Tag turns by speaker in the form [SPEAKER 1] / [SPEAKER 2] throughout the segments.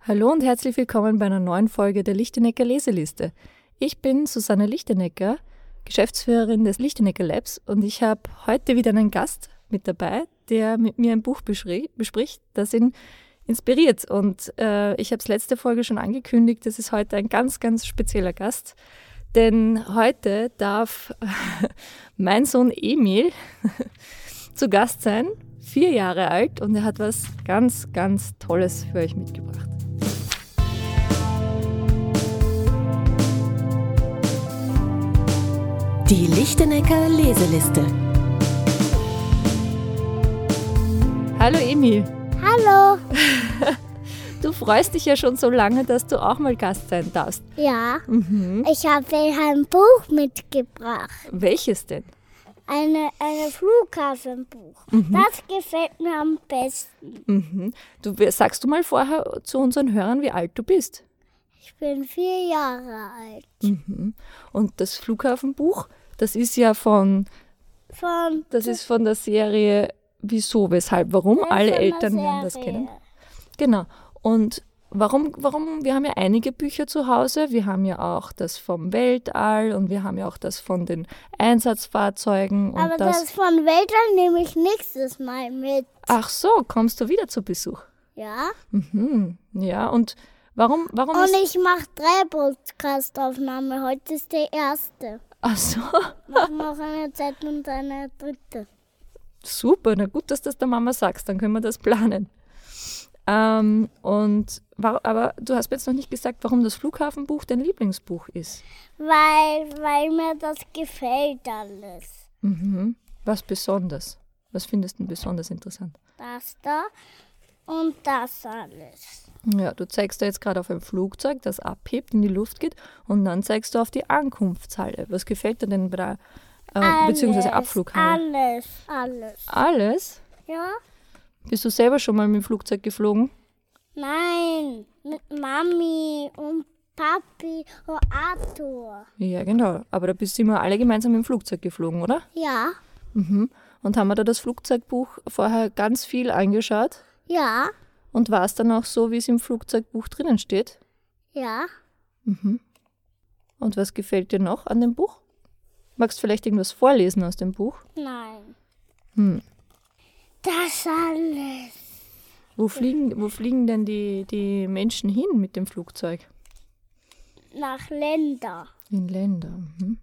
[SPEAKER 1] Hallo und herzlich willkommen bei einer neuen Folge der Lichtenecker Leseliste. Ich bin Susanne Lichtenecker, Geschäftsführerin des Lichtenecker Labs und ich habe heute wieder einen Gast mit dabei, der mit mir ein Buch beschri- bespricht, das ihn inspiriert. Und äh, ich habe es letzte Folge schon angekündigt, das ist heute ein ganz, ganz spezieller Gast. Denn heute darf mein Sohn Emil zu Gast sein, vier Jahre alt, und er hat was ganz, ganz Tolles für euch mitgebracht.
[SPEAKER 2] Die Lichtenecker Leseliste.
[SPEAKER 1] Hallo Emil,
[SPEAKER 3] Hallo.
[SPEAKER 1] du freust dich ja schon so lange, dass du auch mal Gast sein darfst.
[SPEAKER 3] Ja,
[SPEAKER 1] Mhm.
[SPEAKER 3] ich habe ein Buch mitgebracht.
[SPEAKER 1] Welches denn?
[SPEAKER 3] Eine, eine Flughafenbuch. Das gefällt mir am besten.
[SPEAKER 1] Mhm. Du sagst du mal vorher zu unseren Hörern, wie alt du bist.
[SPEAKER 3] Ich bin vier Jahre alt.
[SPEAKER 1] Mhm. Und das Flughafenbuch, das ist ja von,
[SPEAKER 3] Von,
[SPEAKER 1] das ist von der Serie Wieso, weshalb, warum? Alle
[SPEAKER 3] von der
[SPEAKER 1] Eltern werden das
[SPEAKER 3] Serie.
[SPEAKER 1] kennen. Genau. Und warum, warum, wir haben ja einige Bücher zu Hause. Wir haben ja auch das vom Weltall und wir haben ja auch das von den Einsatzfahrzeugen und
[SPEAKER 3] Aber
[SPEAKER 1] das.
[SPEAKER 3] das, von Weltern nehme ich nächstes Mal mit.
[SPEAKER 1] Ach so, kommst du wieder zu Besuch?
[SPEAKER 3] Ja?
[SPEAKER 1] Mhm. Ja, und warum, warum
[SPEAKER 3] Und
[SPEAKER 1] ist.
[SPEAKER 3] ich mache drei Podcast-Aufnahmen. Heute ist die erste.
[SPEAKER 1] Ach so,
[SPEAKER 3] Machen noch eine zweite und eine dritte.
[SPEAKER 1] super, na gut, dass du das der Mama sagst, dann können wir das planen. Ähm, und wa- aber du hast mir jetzt noch nicht gesagt, warum das Flughafenbuch dein Lieblingsbuch ist.
[SPEAKER 3] Weil, weil mir das gefällt alles.
[SPEAKER 1] Mhm. Was besonders? Was findest du besonders interessant?
[SPEAKER 3] das da und das alles.
[SPEAKER 1] Ja, du zeigst da jetzt gerade auf ein Flugzeug, das abhebt, in die Luft geht und dann zeigst du auf die Ankunftshalle. Was gefällt dir denn bei der äh, beziehungsweise
[SPEAKER 3] Alles,
[SPEAKER 1] Abflughalle?
[SPEAKER 3] Alles, alles.
[SPEAKER 1] Alles?
[SPEAKER 3] Ja?
[SPEAKER 1] Bist du selber schon mal mit dem Flugzeug geflogen?
[SPEAKER 3] Nein, mit Mami und Papi und Arthur.
[SPEAKER 1] Ja, genau. Aber da bist du immer alle gemeinsam im Flugzeug geflogen, oder?
[SPEAKER 3] Ja,
[SPEAKER 1] Mhm. Und haben wir da das Flugzeugbuch vorher ganz viel angeschaut?
[SPEAKER 3] ja,
[SPEAKER 1] Und war es dann auch so, wie es im Flugzeugbuch drinnen steht?
[SPEAKER 3] ja.
[SPEAKER 1] Und was gefällt dir noch an dem Buch? Magst du vielleicht irgendwas vorlesen aus dem Buch?
[SPEAKER 3] Nein.
[SPEAKER 1] Hm.
[SPEAKER 3] Das alles.
[SPEAKER 1] Wo fliegen, wo fliegen denn die, die Menschen hin mit dem Flugzeug?
[SPEAKER 3] Nach Länder.
[SPEAKER 1] In Länder. Mhm.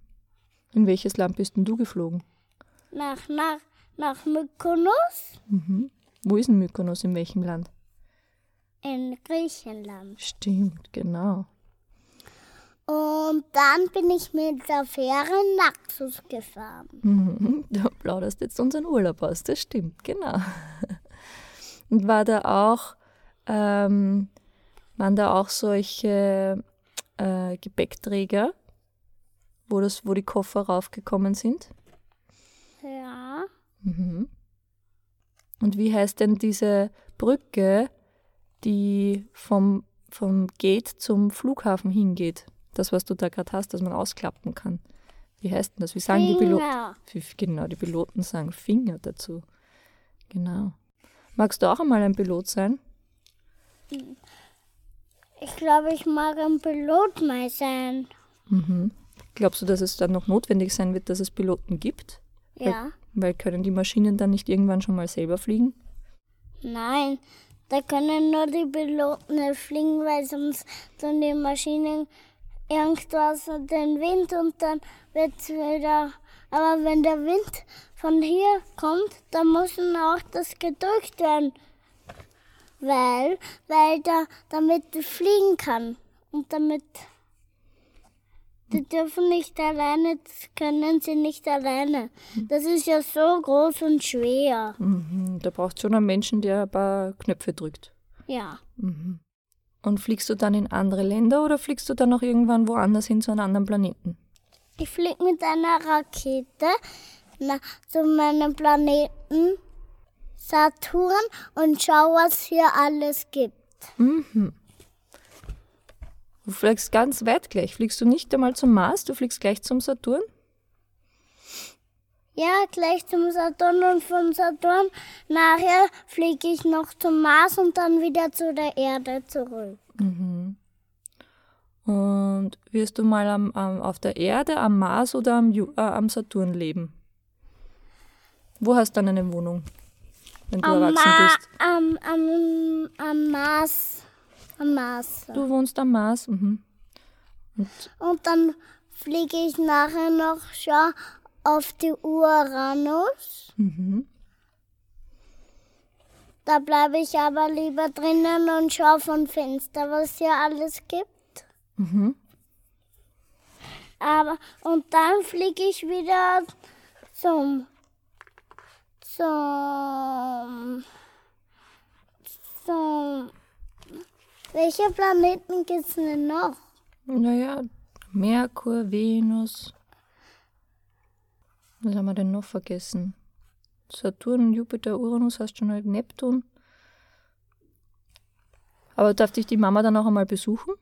[SPEAKER 1] In welches Land bist denn du geflogen?
[SPEAKER 3] Nach, nach, nach Mykonos
[SPEAKER 1] Wo ist denn Mykonos? In welchem Land?
[SPEAKER 3] in Griechenland.
[SPEAKER 1] Stimmt, genau.
[SPEAKER 3] Und dann bin ich mit der Fähre nach Naxos gefahren.
[SPEAKER 1] Mhm, Da plauderst jetzt unseren Urlaub aus, das stimmt, genau. Und war da auch, ähm, waren da auch solche äh, Gepäckträger, wo, das, wo die Koffer raufgekommen sind?
[SPEAKER 3] Ja.
[SPEAKER 1] Mhm. Und wie heißt denn diese Brücke, die vom, vom Gate zum Flughafen hingeht? Das, was du da gerade hast, das man ausklappen kann. Wie heißt denn das? Wie sagen die Piloten?
[SPEAKER 3] Finger.
[SPEAKER 1] Fif- Genau, die Piloten sagen Finger dazu. Genau. Magst du auch einmal ein Pilot sein?
[SPEAKER 3] Ich glaube, ich mag ein Pilot mal sein.
[SPEAKER 1] Glaubst du, dass es dann noch notwendig sein wird, dass es Piloten gibt?
[SPEAKER 3] Ja.
[SPEAKER 1] Weil können die Maschinen dann nicht irgendwann schon mal selber fliegen?
[SPEAKER 3] Nein, da können nur die Piloten nicht fliegen, weil sonst tun die Maschinen irgendwas mit den Wind und dann wird's wieder. Aber wenn der Wind von hier kommt, dann muss dann auch das gedrückt werden. Weil, weil da, damit es fliegen kann. Und damit. Die dürfen nicht alleine, das können sie nicht alleine. Das ist ja so groß und schwer.
[SPEAKER 1] Mhm, da braucht es schon einen Menschen, der ein paar Knöpfe drückt.
[SPEAKER 3] Ja.
[SPEAKER 1] Und fliegst du dann in andere Länder oder fliegst du dann noch irgendwann woanders hin zu einem anderen Planeten?
[SPEAKER 3] Ich fliege mit einer Rakete na, zu meinem Planeten Saturn und schaue, was hier alles gibt.
[SPEAKER 1] Du fliegst ganz weit gleich. Fliegst du nicht einmal zum Mars, du fliegst gleich zum Saturn?
[SPEAKER 3] Ja, gleich zum Saturn und vom Saturn. Nachher fliege ich noch zum Mars und dann wieder zu der Erde zurück.
[SPEAKER 1] Mhm. Und wirst du mal am, am, auf der Erde, am Mars oder am, Ju- äh, am Saturn leben? Wo hast du dann eine Wohnung, wenn du
[SPEAKER 3] Am,
[SPEAKER 1] erwachsen
[SPEAKER 3] Ma
[SPEAKER 1] bist?
[SPEAKER 3] am, am, am Mars. Am Mars.
[SPEAKER 1] Du wohnst am Mars. Mhm.
[SPEAKER 3] Und dann fliege ich nachher noch schon auf die Uranus.
[SPEAKER 1] Mhm.
[SPEAKER 3] Da bleibe ich aber lieber drinnen und schaue vom Fenster, was hier alles gibt.
[SPEAKER 1] Mhm.
[SPEAKER 3] Aber und dann fliege ich wieder zum zum zum welche Planeten gibt's denn noch?
[SPEAKER 1] Naja, Merkur, Venus. Was haben wir denn noch vergessen? Saturn, Jupiter, Uranus hast du schon halt Neptun. Aber darf dich die Mama dann auch einmal besuchen?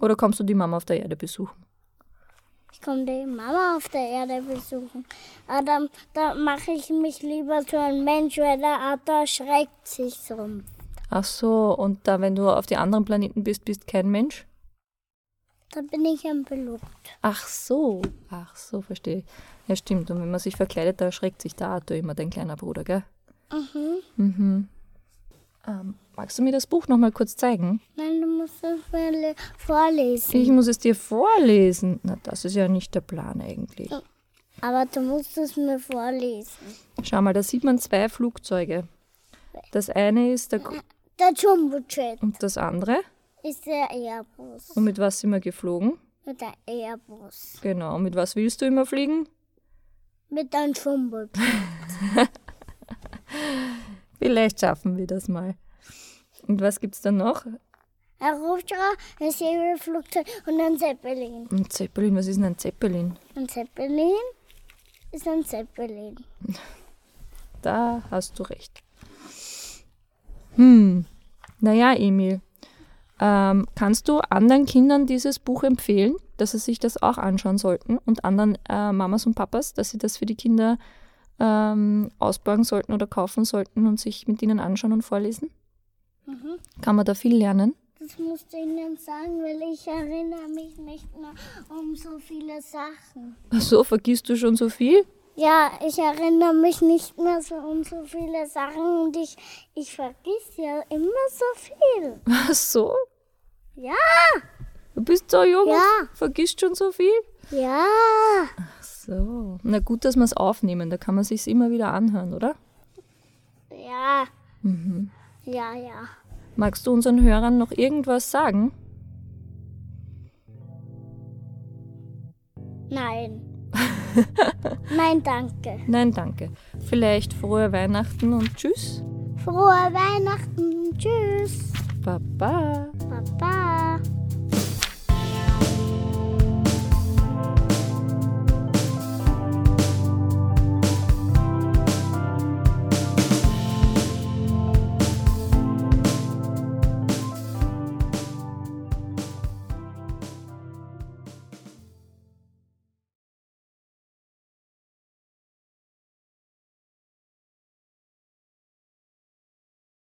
[SPEAKER 1] Oder kommst du die Mama auf der Erde besuchen?
[SPEAKER 3] Ich komme die Mama auf der Erde besuchen. Aber dann, dann mache ich mich lieber zu einem Mensch, weil der Arthur schreckt sich so.
[SPEAKER 1] Ach so, und da, wenn du auf die anderen Planeten bist, bist kein Mensch?
[SPEAKER 3] Da bin ich ein Pilot.
[SPEAKER 1] Ach so, ach so, verstehe. Ja, stimmt. Und wenn man sich verkleidet, da erschreckt sich der Arthur immer, dein kleiner Bruder, gell?
[SPEAKER 3] Mhm.
[SPEAKER 1] Mhm. Ähm, magst du mir das Buch nochmal kurz zeigen?
[SPEAKER 3] Nein, du musst es mir le- vorlesen.
[SPEAKER 1] Ich muss es dir vorlesen. Na, das ist ja nicht der Plan eigentlich.
[SPEAKER 3] Aber du musst es mir vorlesen.
[SPEAKER 1] Schau mal, da sieht man zwei Flugzeuge. Das eine ist der Gr-
[SPEAKER 3] Der Jumbojet
[SPEAKER 1] und das andere.
[SPEAKER 3] ist der Airbus.
[SPEAKER 1] Und mit was sind wir geflogen?
[SPEAKER 3] Mit der Airbus.
[SPEAKER 1] Genau, mit was willst du immer fliegen?
[SPEAKER 3] Mit einem Jumbojet.
[SPEAKER 1] Vielleicht schaffen wir das mal. Und was gibt's dann noch?
[SPEAKER 3] Ein Hubschrauber, ein Säbelflugzeug und ein Zeppelin.
[SPEAKER 1] Ein Zeppelin, was ist denn ein Zeppelin?
[SPEAKER 3] Ein Zeppelin ist ein Zeppelin.
[SPEAKER 1] Da hast du recht. Hm, naja, Emil, ähm, kannst du anderen Kindern dieses Buch empfehlen, dass sie sich das auch anschauen sollten und anderen äh, Mamas und Papas, dass sie das für die Kinder ähm, ausborgen sollten oder kaufen sollten und sich mit ihnen anschauen und vorlesen?
[SPEAKER 3] Mhm.
[SPEAKER 1] Kann man da viel lernen?
[SPEAKER 3] Das musste ich Ihnen sagen, weil ich erinnere mich nicht mehr um so viele Sachen.
[SPEAKER 1] Ach so, vergisst du schon so viel?
[SPEAKER 3] Ja, ich erinnere mich nicht mehr so um so viele Sachen und ich, ich vergiss ja immer so viel.
[SPEAKER 1] Ach so,
[SPEAKER 3] Ja,
[SPEAKER 1] du bist so jung,
[SPEAKER 3] Ja.
[SPEAKER 1] und vergisst schon so viel?
[SPEAKER 3] ja.
[SPEAKER 1] So, na gut, dass wir es aufnehmen, da kann man sich's immer wieder anhören, oder?
[SPEAKER 3] Ja. Mhm. Ja, ja.
[SPEAKER 1] Magst du unseren Hörern noch irgendwas sagen?
[SPEAKER 3] Nein. Nein, danke.
[SPEAKER 1] Nein, danke. Vielleicht frohe Weihnachten und tschüss.
[SPEAKER 3] Frohe Weihnachten. Tschüss.
[SPEAKER 1] Baba.
[SPEAKER 3] Baba.